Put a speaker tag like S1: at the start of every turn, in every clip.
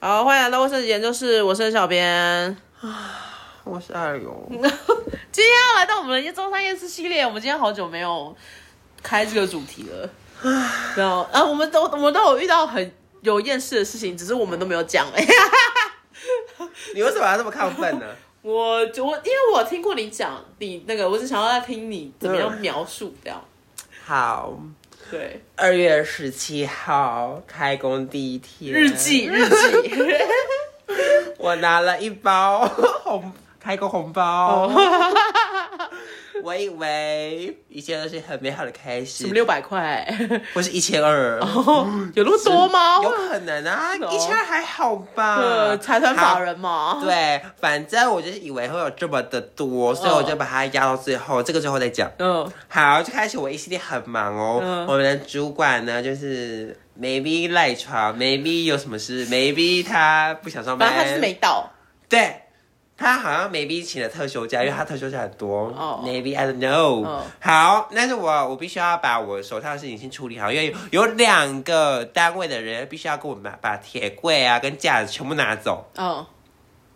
S1: 好，欢迎来到卫生纸研究室，我是小编。
S2: 我是 二勇，
S1: 今天要来到我们的一周三夜市系列，我们今天好久没有开这个主题了。然后，啊，我们都我们都有遇到很有厌世的事情，只是我们都没有讲、 哎，
S2: 你为什么要这么亢奋呢？
S1: 我就我因为我听过你讲你那个，我只想要听你怎么样描述掉。
S2: 好，
S1: 对，
S2: 二月十七号开工第一天，
S1: 日记日 记，
S2: 我拿了一包 红开工红包，
S1: 哦
S2: 我以为一切都是很美好的开
S1: 什么
S2: 始，
S1: 六百块，
S2: 我是一千二，
S1: 哦，有那么多
S2: 有
S1: 吗？
S2: 可能啊，
S1: 哦
S2: 一千二还好吧
S1: 呃，，财团法
S2: 好。
S1: 人嘛，
S2: 对，反正我就是以为会有这么的多，
S1: 哦
S2: 所以我就把它压到最后，这个最后再讲。
S1: 嗯，
S2: 好，就开始我一系列很忙哦。
S1: 嗯
S2: 我们的主管呢，就是 maybe 赖床，maybe 有什么事，maybe 他不想上班，
S1: 反正他就是没到。
S2: 对。他好像 maybe 请了特休假，因为他特休假很多。
S1: 嗯哦
S2: maybe I don't know、
S1: 哦
S2: 好，但是我我必须要把我手上的事情先处理好，因为有两个单位的人必须要给我们把铁柜啊跟架子全部拿走。
S1: 嗯，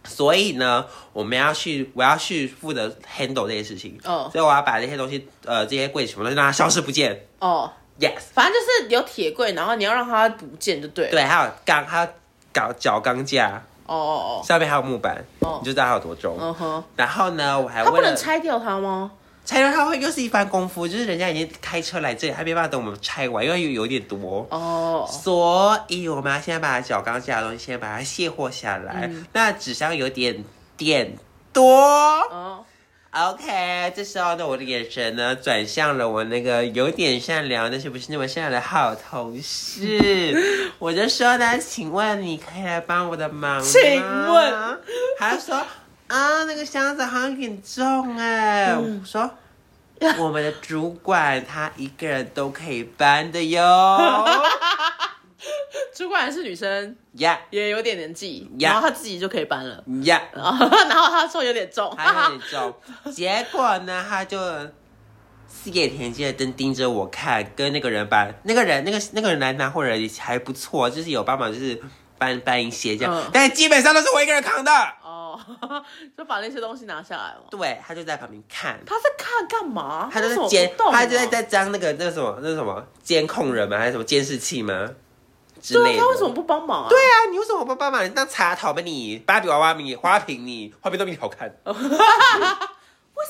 S2: 所以呢，我们要去，我要去负责 handle 这些事情。
S1: 哦
S2: 所以我要把这些东西，呃，这些柜什么的，让它消失不见。
S1: 哦，
S2: Yes，
S1: 反正就是有铁柜，然后你要让它不见就对了。
S2: 对，还有钢，还有搞脚钢架，
S1: 哦哦
S2: 上面还有木板，
S1: 哦
S2: 你就知道它有多重
S1: 哦，。嗯哼，
S2: 然后呢，我还
S1: 它不
S2: 啊为了
S1: 能拆掉它吗？
S2: 拆掉它会又是一番功夫，就是人家已经开车来这里，还没办法等我们拆完，因为有有点多。
S1: 哦，
S2: 所以我们要先把脚钢架的东西先把它卸货下来。
S1: 嗯
S2: 那纸箱有点点多。
S1: 哦，
S2: OK，这时候呢，我的眼神呢转向了我那个有点善良，但是不是那么善良的好 同事，我就说呢，请问你可以来帮我的忙吗？
S1: 请问，
S2: 他说啊，那个箱子好像有点重哎、
S1: 嗯
S2: 我说。我们的主管他一个人都可以搬的哟，
S1: 主管是女生，
S2: 呀
S1: 也有点年纪，
S2: 呀
S1: 然后她自己就可以搬了。
S2: 呀，
S1: 然后她说有点重，
S2: 还 有点重。结果呢，他就四眼田鸡的灯盯着我看，跟那个人把那个人那个那个人来拿货人还不错，就是有帮忙，就是搬搬一些这样，
S1: 嗯
S2: 但基本上都是我一个人扛的。
S1: 哦， 就把那些东西拿下来嘛。
S2: 对他就在旁边看。
S1: 他在看干嘛？
S2: 他就
S1: 为
S2: 在
S1: 什么
S2: 监
S1: 不，动啊
S2: 他就在在张那个那个什么那个什么监控人吗？还是什么监视器吗？之类
S1: 对
S2: 的。
S1: 啊，他为什么不帮忙啊？
S2: 对啊，你为什么不帮忙？你当茶桃吧你，芭比娃娃你，花瓶你，花瓶都比你好看。
S1: 为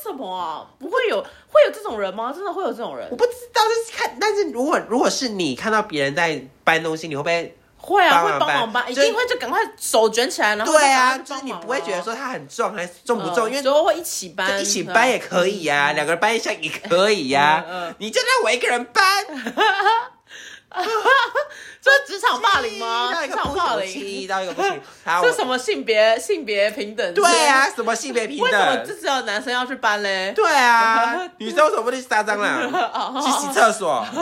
S1: 什么啊？不会有会有这种人吗？真的会有这种人
S2: 我？不知道，就是看，但是如果如果是你看到别人在搬东西，你会不会？
S1: 会啊，
S2: 帮
S1: 会
S2: 忙
S1: 帮
S2: 搬
S1: 忙搬，一
S2: 就是
S1: 定会就赶快手卷起来，然后
S2: 对啊，
S1: 就
S2: 就
S1: 赶快
S2: 是
S1: 去
S2: 你
S1: 帮忙
S2: 不会觉得说它很重还是重不重，
S1: 嗯
S2: 因为
S1: 就会一起搬，
S2: 一起搬也可以呀、啊，两个人搬一下也可以呀、
S1: 嗯嗯
S2: 你就让我一个人搬，
S1: 这是职场霸凌吗？
S2: 到一
S1: 职
S2: 个
S1: 场
S2: 不
S1: 霸
S2: 行，
S1: 凌，
S2: 到一个不行，好，
S1: 这
S2: 我
S1: 是什么性别性别平等？
S2: 对啊，什么性别平
S1: 为什么
S2: 等
S1: 就？只有男生要去搬嘞？
S2: 对 啊，女生为什么不去撒蟑
S1: 哦
S2: 螂？去洗厕所。
S1: 好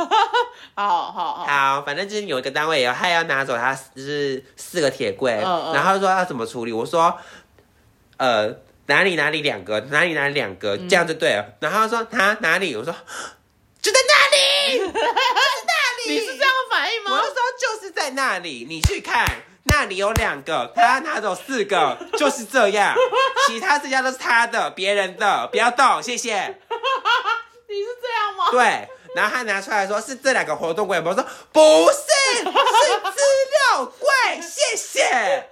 S1: 好好，
S2: 好，反正就是有一个单位也要，他也要拿走他就是四个铁柜，
S1: 嗯嗯
S2: 然后说要怎么处理，我说，呃，哪里哪里两个，哪里哪里两个，
S1: 嗯
S2: 这样就对了。然后他说他哪里，我说 就在那里，就在那里，
S1: 你是这样反应
S2: 我
S1: 吗
S2: 就？说就是在那里，你去看，那里有两个，他拿走四个，就是这样，其他这家都是他的，别人的，不要动，谢谢。
S1: 你是这样吗？
S2: 对，然后他拿出来说是这两个活动柜吗，我说不是，是资料柜，谢 谢。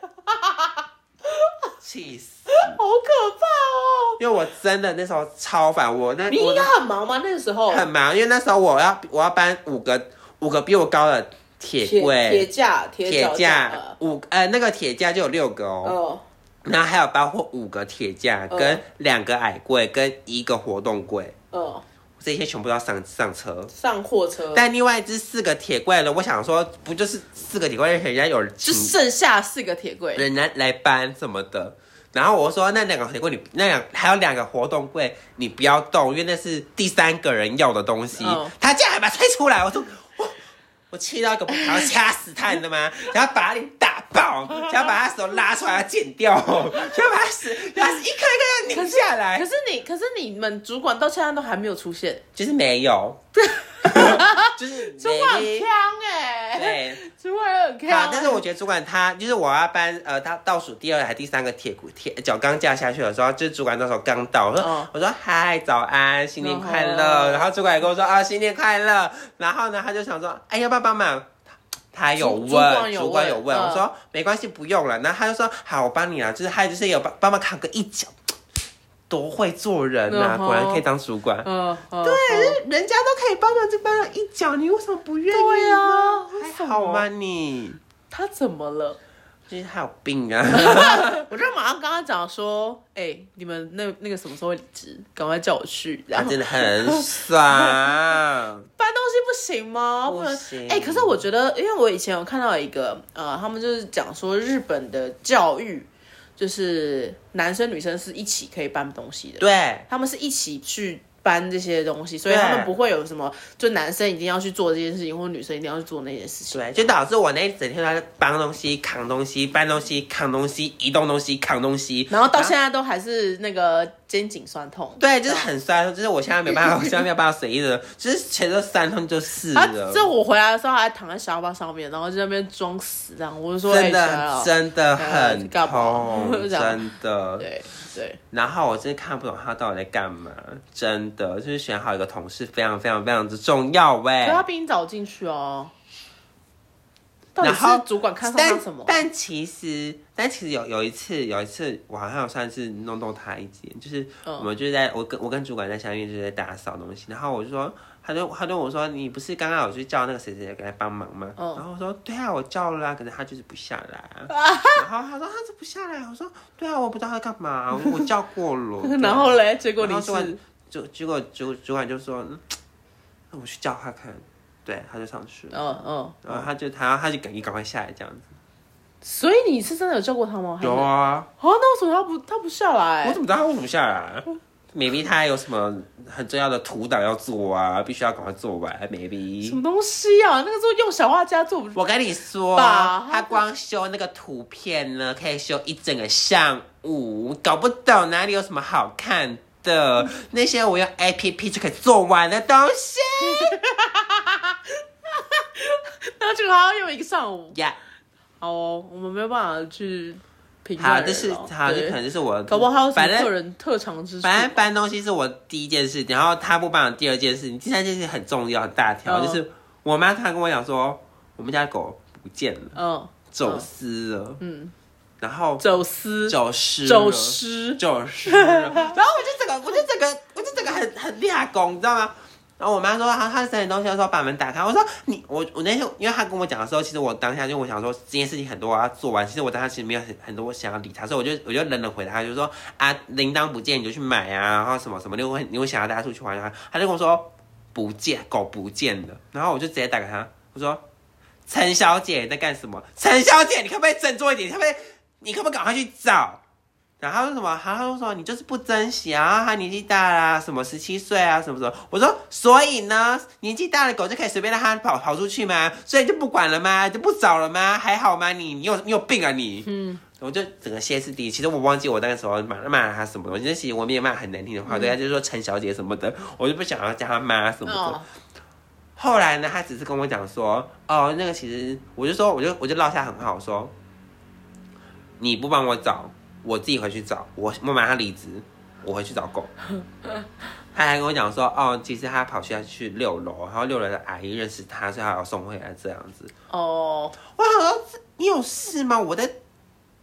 S2: 气死！
S1: 好可怕哦！
S2: 因为我真的那时候超烦，我那
S1: 你应该
S2: 我
S1: 很忙吗？那个时候
S2: 很忙，因为那时候我要我要搬五个五个比我高的铁
S1: 铁铁
S2: 柜。
S1: 架铁
S2: 铁
S1: 脚
S2: 架五呃，那个铁架就有六个哦，
S1: 哦
S2: 然后还有包括五个铁架、
S1: 嗯
S2: 跟两个矮柜跟一个活动柜，
S1: 哦，
S2: 这些全部都要上上车。
S1: 上货车，
S2: 但另外一只四个铁柜呢，我想说，不就是四个铁柜，人家有人
S1: 就剩下四个铁柜。
S2: 人家来搬什么的。然后我说那两个铁柜你那两还有两个活动柜你不要动，因为那是第三个人要的东西。
S1: 嗯
S2: 他竟然还把它推出来，我说我我气到一个不想要掐死他，你知 道吗？想要把他脸打爆，想要把他手拉出来剪掉，想要把他死，把他一颗一颗要拧下来
S1: 可。是你，可是你们主管到现 在都还没有出现，
S2: 就是没有，就是
S1: 主管
S2: 没
S1: 很强哎、哎、
S2: 对，
S1: 主管也很欸漂
S2: 好
S1: 亮，，
S2: 但是我觉得主管他就是我要搬呃，他倒数第二还第三个铁骨铁脚钢架下去的时候，就是主管那时候刚到，我说、
S1: 嗯
S2: 我说嗨，早安，新年快乐。
S1: 嗯
S2: 然后主管也跟我说啊，新年快乐。然后呢，他就想说，哎，要不要帮忙？他他有
S1: 主
S2: 问，
S1: 主管有
S2: 主管
S1: 问
S2: 有问，
S1: 嗯
S2: 我说没关系，不用了。然后他就说好，我帮你啊了。就是他就是有帮帮忙扛个一脚，多会做人呐、
S1: 嗯哼
S2: 果然可以当主管。
S1: 嗯，嗯，
S2: 对，就
S1: 对，
S2: 是人家都可以帮忙，就帮忙一脚，你为什么不愿意呢？
S1: 对啊为什么
S2: 还好吗你？
S1: 他怎么了？
S2: 就是他有病啊！
S1: 我就马上跟他讲说，哎、你们那那个什么时候会离职？赶快叫我去。然
S2: 他
S1: 后
S2: 真的很爽，
S1: 啊搬东西不行吗？
S2: 不
S1: 能
S2: 行
S1: 哎、可是我觉得，因为我以前有看到一个，呃，他们就是讲说日本的教育，就是男生女生是一起可以搬东西的，
S2: 对，
S1: 他们是一起去搬这些东西，所以他们
S2: 对
S1: 不会有什么，就男生一定要去做这件事情，或者女生一定要去做那件事情。
S2: 对，就导致我那一整天都在搬东西、扛东西、搬东西、扛东西、移动东西、扛东西，
S1: 然后到现在都还是那个肩颈酸痛，
S2: 对，就是很酸，就是我现在没办法，我现在没有办法随意的， 就是全都酸痛就是
S1: 他
S2: 了，
S1: 啊这我回来的时候还躺在沙发上面，然后就在那边装死这样，我就说
S2: 真
S1: 哎起来
S2: 的
S1: 了
S2: 真的很
S1: 干嘛
S2: 痛，
S1: 这样
S2: 真的，
S1: 对对，
S2: 然后我真的看不懂他到底在干嘛，真的就是选好一个同事非常非常非常之重要喂、
S1: 可他比你早进去哦。到底
S2: 然后
S1: 是主管看上
S2: 但
S1: 他什么？
S2: 但其实，但其实有有一次，有一次我好像有算是弄动他一节，就是
S1: 嗯
S2: 我们就是在、我跟我跟主管在下面就是在打扫东西，然后我就说，他就他就问我说，你不是刚刚有去叫那个谁谁谁给他帮忙吗？
S1: 嗯。
S2: 然后我说对啊，我叫了啊，可是他就是不下来啊。然后他说他怎么不下来？我说对啊，我不知道他干嘛，我我叫过了
S1: 然后嘞，结果
S2: 然
S1: 你
S2: 后
S1: 是
S2: 主管就结果主主管就说，嗯那我去叫他看，对，他就上去了，
S1: 嗯嗯，
S2: 然后他就他他就赶紧赶快下来这样子。
S1: 所以你是真的有叫过他吗？还是
S2: 有
S1: 啊，
S2: 啊，
S1: 那为什么他不他不下
S2: 我
S1: 来
S2: 怎？么知道他为什么下来？maybe 他有什么很重要的图档要做啊，必须要赶快做完。
S1: 什
S2: maybe
S1: 么东西啊？那个时候用小画家做不
S2: 我跟你说，
S1: 吧
S2: 他光修那个图片呢，可以修一整个上午，搞不懂哪里有什么好看的。那些我用 A P P 就可以做完的东西
S1: 然后结果他要用一个上午。
S2: 呀
S1: 好哦，我们没有办法去评
S2: 好，
S1: 判人
S2: 这
S1: 了。
S2: 是好，这
S1: 对
S2: 可能就是我，
S1: 搞不好他
S2: 反
S1: 有什么
S2: 正
S1: 个人特长之处。
S2: 反正搬东西是我第一件事，然后他不帮我第二件事，第三件事很重要很大条，
S1: 嗯
S2: 就是我妈她跟我讲说，我们家狗不见了，
S1: 嗯
S2: 走失了，
S1: 嗯，
S2: 然后
S1: 走私，
S2: 走失了，
S1: 走失，
S2: 走失了， 然后我就整个，我就整个，我就整个很很俩拱，你知道吗？然后我妈说她她整理东西的时候把门打开，我说你我我那天因为她跟我讲的时候，其实我当下就我想说这件事情很多我要做完，其实我当下其实没有很很多想要理她，所以我就我就冷冷回她，就说啊铃铛不见你就去买啊，然后什么什么，你会你会想要带她出去玩啊，她就跟我说不见狗不见了，然后我就直接打给她，我说陈小姐你在干什么？陈小姐你可不可以振作一点？你可不可以你可不可以赶快去找？然后他说什么？他说什么？你就是不珍惜啊！他年纪大啦、什么十七岁啊，什么什么。我说，所以呢，年纪大的狗就可以随便让它跑跑出去吗？所以就不管了吗？就不找了吗？还好吗？你你有你有病啊你！嗯，我就整个歇斯底里。其实我忘记我那个时候骂骂了他什么东西，但其实我没有骂很难听的话，对啊他就说陈小姐什么的，我就不想要叫他妈什么的。
S1: 哦，
S2: 后来呢，他只是跟我讲说，哦，那个其实我就说，我就我就落下很好说，你不帮我找，我自己回去找，我我马上离职，我回去找狗。 他还跟我讲说，哦，其实他跑去他去六楼，然后六楼的阿姨认识他，所以他要送回来这样子。
S1: 哦，
S2: 我想说，这你有事吗？我在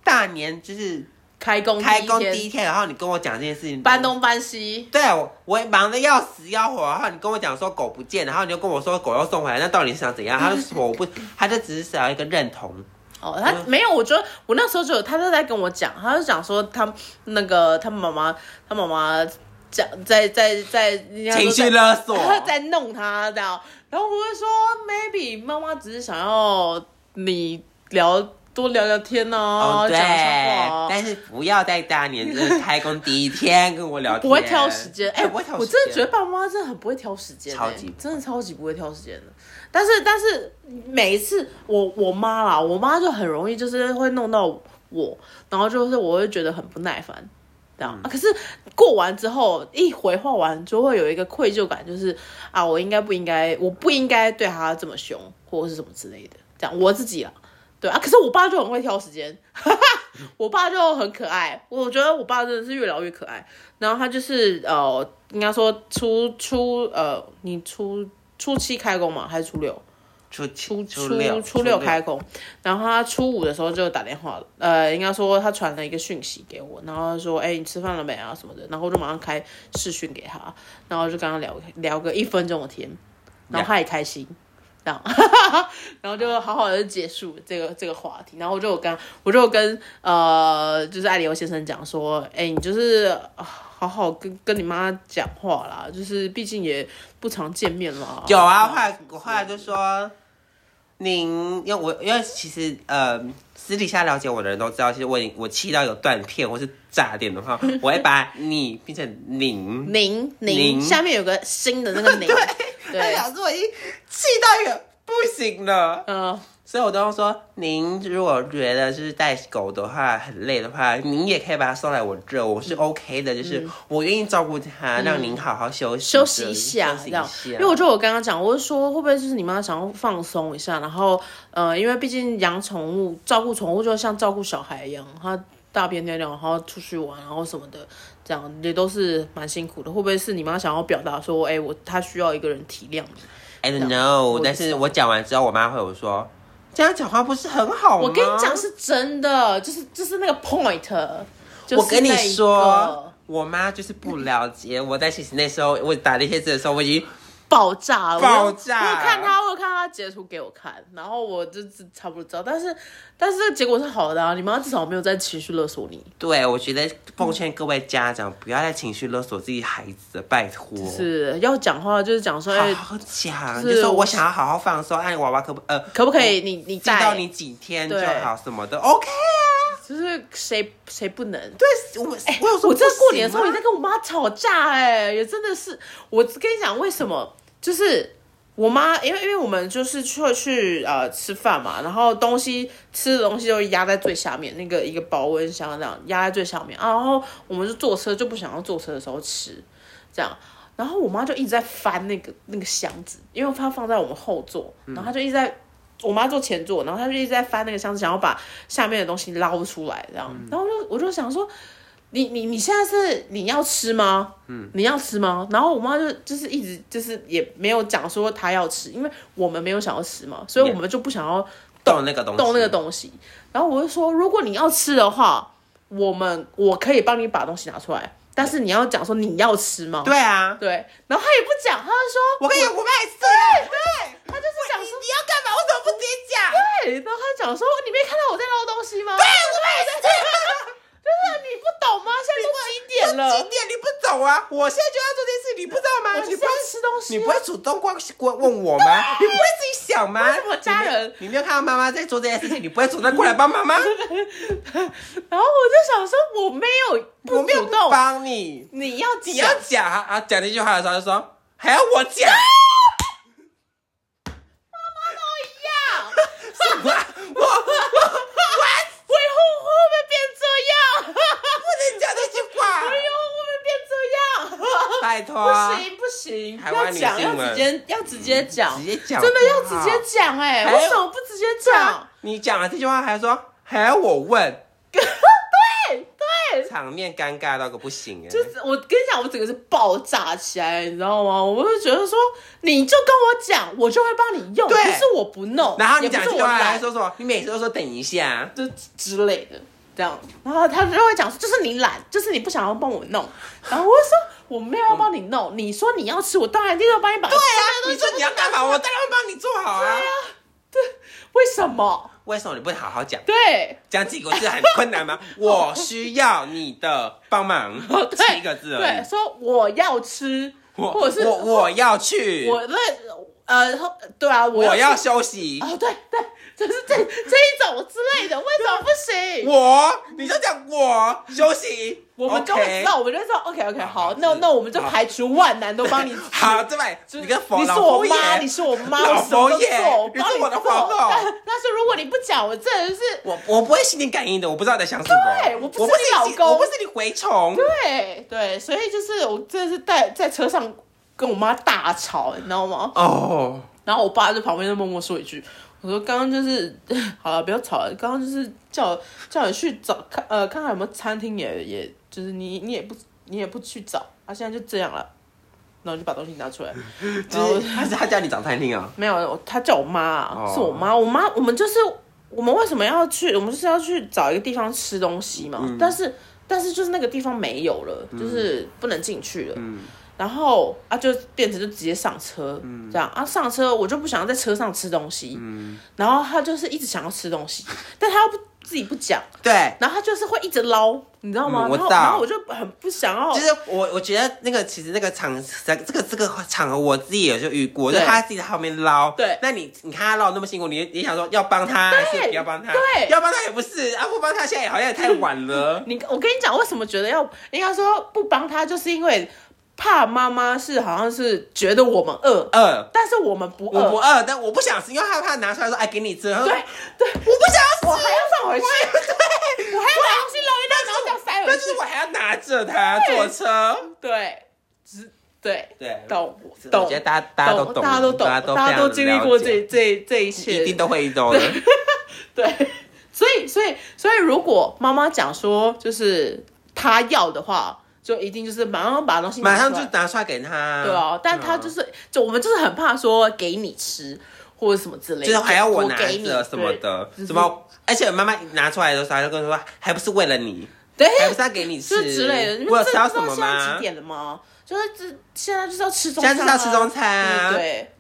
S2: 大年就是
S1: 开工
S2: 开工第
S1: 一
S2: 一
S1: 天
S2: 天，然后你跟我讲这件事情，
S1: 搬东搬西，
S2: 对，我我也忙得要死要活，然后你跟我讲说狗不见，然后你就跟我说狗要送回来，那到底是想怎样？他就说 我不，他就只是想要一个认同。
S1: 哦，
S2: 嗯
S1: 他没有，我觉得我那时候就有，他就在跟我讲，他就讲说他那个他妈妈，他妈妈讲在在在人家说
S2: 情
S1: 在
S2: 绪勒索
S1: 在弄他这样，然后我会说 maybe 妈妈只是想要你聊多聊聊天啊，
S2: 哦对
S1: 讲讲话、啊。
S2: 但是不要在大年这个开工第一天跟我聊天，
S1: 不会挑时间，哎、
S2: 对不会挑时
S1: 我
S2: 间，
S1: 真的觉得爸爸妈妈真的很不会挑时间、欸，
S2: 超级不会
S1: 真的超级不会挑时间的。但是但是每一次我我妈啦，我妈就很容易就是会弄到我，然后就是我会觉得很不耐烦，这样、
S2: 嗯
S1: 啊。可是过完之后一回话完就会有一个愧疚感，就是啊，我应该不应该，我不应该对她这么凶，或者是什么之类的。这样我自己啊，对啊，可是我爸就很会挑时间，我爸就很可爱，我觉得我爸真的是越聊越可爱。然后他就是呃，应该说初初呃，你初初七开工嘛，还是初六？
S2: 初
S1: 初
S2: 初
S1: 初
S2: 六
S1: 初六开工，然后他初五的时候就打电话了，呃，应该说他传了一个讯息给我，然后说，哎、你吃饭了没啊什么的，然后我就马上开视讯给他，然后就跟他聊聊个一分钟的天，然后他也开心，这样，然后就好好的结束这个这个话题，然后我就有跟我就有跟呃，就是艾里欧先生讲说，哎、你就是啊好好跟跟你妈讲话啦，就是毕竟也不常见面啦，
S2: 有啊，后来我后来就说，您因为我因为其实呃私底下了解我的人都知道，其实我已我气到有断片或是炸点的话，我会把你变成您。
S1: 宁宁，
S2: 宁
S1: 下面有个新的那 个宁，
S2: 那
S1: 对，哎
S2: 表示我已经气到一个不行了，
S1: 嗯，
S2: 所以我都说，您如果觉得就是带狗的话很累的话，您也可以把它送来我这，我
S1: 嗯
S2: 是 OK 的，就是我愿意照顾它，让您好好休息
S1: 嗯休息一下
S2: 休息
S1: 这
S2: 一
S1: 样
S2: 下。。
S1: 因为我就我刚刚讲，我是说会不会就是你妈想要放松一下，然后呃，因为毕竟养宠物、照顾宠物就像照顾小孩一样，他大便尿尿，然后出去玩，然后什么的，这样也都是蛮辛苦的。会不会是你妈想要表达说，哎、我她需要一个人体谅你？
S2: I don't
S1: 我
S2: know，
S1: 也
S2: 但是我讲完之后，我妈会有说，这样讲话不是很好吗？
S1: 我跟你讲，是真的，就是就是那个 point，就是
S2: 我跟你
S1: 那一
S2: 说
S1: 个，
S2: 我妈就是不了解我，但其实那时候我打那些字的时候，我已经
S1: 爆炸了，
S2: 爆炸
S1: 我有我有看他，我有看他截图给我看，然后我就知差不多知道，但是但是这个结果是好的啊，你妈至少没有在情绪勒索你，
S2: 对我觉
S1: 嗯
S2: 得奉劝各位家长不要再情绪勒索自己孩子了，拜托。啊
S1: 是要讲话就是讲说，哎、
S2: 好好讲，
S1: 是
S2: 就说
S1: 我
S2: 我想要好好放松，按娃娃可不呃，
S1: 可不可以你你
S2: 寄到
S1: 带，
S2: 你几天就
S1: 对
S2: 好什么的，OK 啊？
S1: 就是谁谁不能。
S2: 对，我、我有说
S1: 哎我这
S2: 不行啊
S1: 过年的时候也
S2: 吗
S1: 在跟我妈吵架、哎，也真的是，我跟你讲为什么，就是我妈，因为因为我们就是去去呃吃饭嘛，然后东西吃的东西就压在最下面那个一个保温箱这样压在最下面，啊然后我们就坐车就不想要坐车的时候吃，这样。然后我妈就一直在翻那个那个箱子，因为她放在我们后座，
S2: 嗯
S1: 然后她就一直在我妈坐前座，然后她就一直在翻那个箱子，想要把下面的东西捞出来，这
S2: 嗯
S1: 样。然后我就我就想说，你你你现在是你要吃吗？嗯，你要吃吗？然后我妈就就是一直就是也没有讲说她要吃，因为我们没有想要吃嘛，所以
S2: Yeah
S1: 我们就不想要
S2: 动那个东西，
S1: 动那个东西。然后我就说，如果你要吃的话，我们我可以帮你把东西拿出来，但是你要讲说你要吃吗？
S2: 对啊，
S1: 对，然后他也不讲，他就说，
S2: 我跟你我妈也是啊，对。
S1: 他就是讲说，
S2: 你要干嘛？为什么不直接讲？
S1: 对，然后他讲说，你没看到我在捞东西吗？
S2: 哎，我们也
S1: 啊
S2: 是这样。
S1: 就是你不懂吗？现在都几点
S2: 这
S1: 了？
S2: 几点你不走啊？我现在就要做这件事，你不知道
S1: 我
S2: 吗？
S1: 就是
S2: 你不
S1: 要
S2: 会，
S1: 吃东西、啊，
S2: 你不会主动过过问我
S1: 啊
S2: 吗？你不会自己想吗？
S1: 什么家人
S2: 你没有，你没有看到妈妈在做这件事情，你不会主动过来帮妈妈？
S1: 然后我就想说，我没有不
S2: 我没
S1: 主
S2: 有不
S1: 动，
S2: 帮你，
S1: 你要
S2: 你
S1: 你
S2: 要讲啊啊！讲这句话的时候就说还要我
S1: 啊
S2: 讲。
S1: 样，
S2: 什么？
S1: 我以后会
S2: 我
S1: 不会变这样？
S2: 不能讲这句话，
S1: 我以后会不会变这样？
S2: 拜托，
S1: 哎不行啊不行，
S2: 台
S1: 要
S2: 湾女
S1: 讲要
S2: 性们嗯
S1: 直接要直接讲，
S2: 直接讲
S1: 真的要
S2: 好不好
S1: 直接讲哎、
S2: 还有
S1: 为什么不直接讲？
S2: 啊你讲了这句话还说还要我问，哎
S1: 对对，
S2: 场面尴尬到个不行哎、
S1: 就是我跟你讲，我整个是爆炸起来，你知道吗？我就觉得说，你就跟我讲，我就会帮你用，不
S2: 对
S1: 是我不弄，
S2: 然后你
S1: 也不
S2: 讲
S1: 是
S2: 这句
S1: 我
S2: 话
S1: 懒
S2: 还说什么？你每次都说等一下，
S1: 就之类的这样，然后他就会讲说，就是你懒，就是你不想要帮我弄，然后我就说我没有要帮你弄，你说你要吃，我当然一定要帮你把对
S2: 对啊，你说你要干嘛？我当然会帮你做好啊。
S1: 为什么？
S2: 为什么你不好好讲？
S1: 对，
S2: 讲几个字很困 难吗？我需要你的帮忙，
S1: 哦对
S2: 七个字而
S1: 对，
S2: 已。
S1: 说我要吃，
S2: 我
S1: 或者是
S2: 我我要去，
S1: 我那呃，对啊，我
S2: 我要
S1: 吃
S2: 休息。
S1: 哦，对对，就是这这一种之类的，为什么不行？
S2: 我，你就讲我休息，
S1: 我们就会知道，我们就会知道，OK OK，好，那那我们就排除万难都帮你
S2: OK。好，对吧，
S1: 就
S2: 你跟佛
S1: 你是
S2: 老
S1: 我
S2: 佛
S1: 妈，
S2: 爷
S1: 你是我妈，
S2: 老
S1: 我什么都
S2: 佛爷
S1: 做，我
S2: 你
S1: 帮
S2: 是
S1: 你
S2: 我的皇
S1: 做
S2: 后
S1: 但但是如果你不讲，我真的是
S2: 我我不会心灵感应的，我不知道你在想什么。
S1: 对我
S2: 我
S1: 不是
S2: 不
S1: 你老
S2: 你
S1: 公
S2: 我不是你蛔虫。
S1: 对对，所以就是我真的是在在车上跟我妈大吵，你知道吗？
S2: 哦，
S1: 然后我爸就旁边就默默说一句：“我说刚刚就是好了，不要吵了，刚刚就是叫叫你去找看呃看看有没有餐厅也也就是你你也不你也不去找，啊现在就这样了。”然后就把东西拿 出来，然后
S2: 就是他是他叫你找餐厅啊，
S1: 没有，我他叫我妈、啊
S2: 哦
S1: 是我妈，我妈，我们就是我们为什么要去？我们就是要去找一个地方吃东西嘛。
S2: 嗯
S1: 但是但是就是那个地方没有了，就是不能进去了。
S2: 嗯
S1: 然后啊，就变成就直接上车，
S2: 嗯
S1: 这样啊，上车我就不想要在车上吃东西。然后他就是一直想要吃东西， 但他又不自己不讲，
S2: 对，
S1: 然后他就是会一直捞，你知道吗？
S2: 嗯我
S1: 然后
S2: 知道
S1: 然后我就很不想要，
S2: 就是我我觉得那个其实那个场这这个这个场合我自己也就遇过，就
S1: 对
S2: 他自己在后面捞，
S1: 对
S2: 那你你看他捞那么辛苦，你你想说要帮他还是不要帮他？
S1: 对。
S2: 要帮他也不是，啊不帮他现在也好像也太晚了
S1: 你我跟你讲，为什么觉得要应该说不帮他，就是因为怕妈妈是好像是觉得我们饿，
S2: 饿，
S1: 但是我们不
S2: 我不
S1: 饿，
S2: 饿，但我不想吃，因为害怕拿出来说哎给你吃，他说
S1: 对对，
S2: 我不想要吃，
S1: 我还要放回去，
S2: 对，
S1: 我还要把东西捞一袋，然后这样塞回
S2: 但
S1: 去
S2: 是，我还要拿着它坐车，
S1: 对，只对
S2: 对
S1: 懂
S2: 我
S1: 懂，
S2: 觉得大家大家都懂，
S1: 大家都懂，
S2: 大家都
S1: 大家都经历过
S2: 非常
S1: 这
S2: 了
S1: 这这一
S2: 解，
S1: 切，
S2: 一定都会懂的。
S1: 对，所以所以所以，如果妈妈讲说就是她要的话，就一定就是马上把东西拿
S2: 马上
S1: 出
S2: 就
S1: 来
S2: 拿出来给他，
S1: 对啊，但他就是，
S2: 嗯
S1: 就我们就是很怕说给你吃或者什么之类的，
S2: 就是还要我拿
S1: 给你
S2: 着什么的，
S1: 对
S2: 什么，而且妈妈拿出来的时候，她就跟我说，还不是为了你，
S1: 对，
S2: 还不是要给你
S1: 就
S2: 吃
S1: 是之类的。你
S2: 我
S1: 们
S2: 有
S1: 这
S2: 吃
S1: 不知道
S2: 到什么
S1: 现在
S2: 吗
S1: 几？点了吗？就是这现在就是要吃中
S2: 现在
S1: 餐、啊，
S2: 就是要吃中餐啊
S1: 嗯对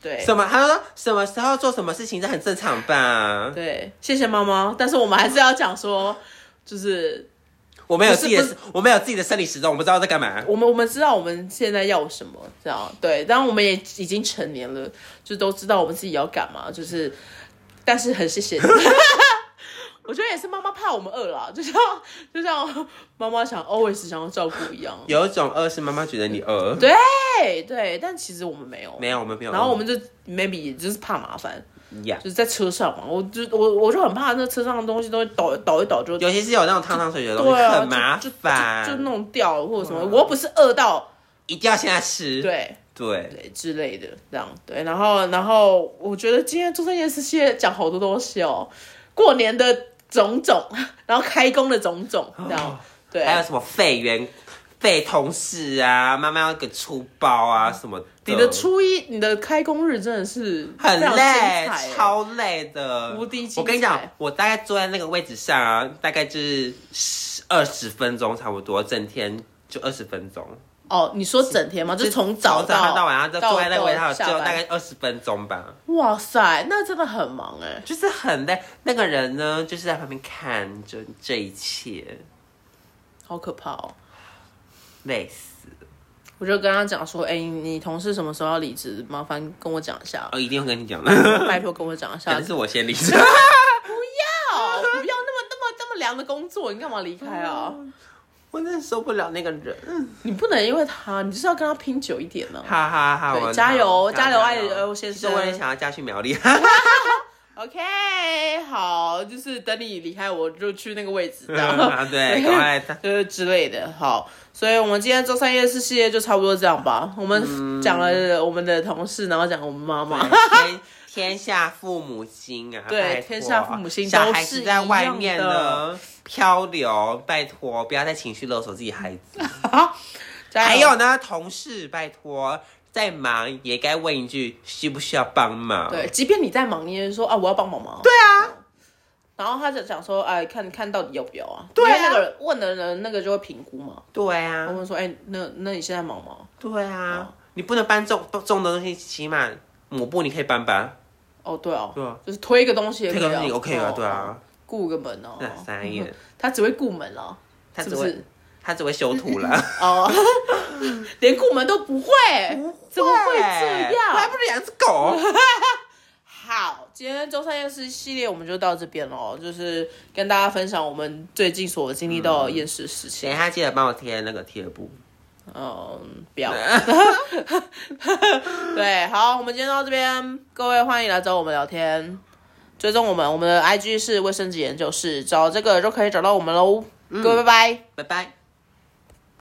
S1: 对
S2: 什么？她说什么时候做什么事情，这很正常吧？
S1: 对，谢谢妈妈，但是我们还是要讲说，就是
S2: 我们有自己
S1: 不是
S2: 的，我们有自己的生理时钟，我们知道在干嘛。
S1: 我们我们知道我们现在要什么，这样对，当然我们也已经成年了，就都知道我们自己要干嘛，就是，但是很谢谢你。 我觉得也是妈妈怕我们饿啦，就像 就像妈妈想 always 想要照顾一样。
S2: 有一种饿是妈妈觉得你饿，
S1: 对对，但其实我们没有，
S2: 没有，我们没有饿。
S1: 然后我们就 maybe 也就是怕麻烦，
S2: 呀
S1: 就是在车上嘛，我就我我就很怕那车上的东西都会倒倒一倒就
S2: 尤其是有那种汤汤水水的东
S1: 对
S2: 西，
S1: 啊，
S2: 很麻
S1: 就就就就
S2: 烦，
S1: 弄掉了或者什么，我又不是饿到
S2: 一定要现在吃。
S1: 对。
S2: 对，
S1: 对之类的，这样对。然后，然后我觉得今天做这件事情讲好多东西哦，过年的种种，然后开工的种种，这样对
S2: 哦还有什么废员、废同事啊，妈妈要给出包啊什么的。
S1: 你的初一，你的开工日真的是
S2: 很
S1: 非常精
S2: 累
S1: 彩，欸
S2: 超累的，
S1: 无敌精彩
S2: 我跟你讲，我大概坐在那个位置上啊，大概就是二十分钟差不多，整天就二十分钟，
S1: 哦。你说整天吗？就从
S2: 早
S1: 早
S2: 上到
S1: 到
S2: 晚上，就坐在那个位置上，只
S1: 下
S2: 有
S1: 班
S2: 大概二十分钟吧，
S1: 哇塞，那真的很忙哎、
S2: 就是很累。那个人呢，就是在旁边看着这一切，
S1: 好可怕哦。
S2: 累死。
S1: 我就跟他讲说，哎、你同事什么时候要离职？麻烦跟我讲一 下，
S2: 哦，一定会跟你 讲的，
S1: 拜托跟我讲一
S2: 可
S1: 下
S2: 能。是我先 离职。
S1: 哦，不要那么那么那么凉的工作，你干嘛离开啊？
S2: 我真的受不了那个人，
S1: 你不能因为他，你就是要跟他拼久一点呢、
S2: 哈哈哈！
S1: 对
S2: 我
S1: 加油
S2: 加哎
S1: 加
S2: 呃
S1: 油爱欧先
S2: 其实我也
S1: 生
S2: 想要嫁去苗 栗。
S1: OK，好，就是等你离开，我就去那个位置， 这
S2: 啊
S1: 样
S2: 对赶快
S1: 就是之类的。好，所以我们今天周三夜市系列就差不多这样吧。我们讲
S2: 嗯
S1: 了我们的同事，然后讲我们妈妈。
S2: 天天下父母心啊！
S1: 对
S2: 拜托
S1: 天下父母心
S2: 小
S1: 都
S2: 孩
S1: 是
S2: 子
S1: 一
S2: 在
S1: 样
S2: 外面
S1: 的
S2: 呢漂流，拜托不要再情绪勒索自己孩子。
S1: 加油
S2: 还有呢，同事，拜托再忙也该问一句需不需要帮忙。
S1: 对，即便你在忙，你也说啊，我要帮忙忙。对啊。然后他就讲说，哎，看看到底要不要啊？
S2: 对啊
S1: 因为那个人问的人，那个就会评估嘛。
S2: 对
S1: 他
S2: 啊，
S1: 问说，哎，那那你现在忙吗？
S2: 对啊，你不能搬重重的东西，起码抹布你可以搬吧？
S1: 哦，对哦，
S2: 对啊
S1: 就是推一个东西也可
S2: 这
S1: 以
S2: 个
S1: 啊
S2: 东西 OK 啊
S1: 哦，
S2: 对啊，
S1: 顾个门哦
S2: 那，三眼，
S1: 他只会顾门了，
S2: 啊他
S1: 是
S2: 只
S1: 不
S2: 会
S1: 是？
S2: 他只会修图了，
S1: 哦，连顾门都不会，怎么会这
S2: 我还
S1: 样
S2: 不？如养只狗。
S1: 好，今天周三夜市系列我们就到这边喽，就是跟大家分享我们最近所经历到的厌世事
S2: 等
S1: 情
S2: 一。下记得帮我贴那个贴布。
S1: 嗯，不 要。对，好，我们今天到这边，各位欢迎来找我们聊天，追踪我
S2: 嗯
S1: 们，我们的 IG 是卫生纸研究室，找这个就可以找到我们喽。各位，拜拜。
S2: 拜拜。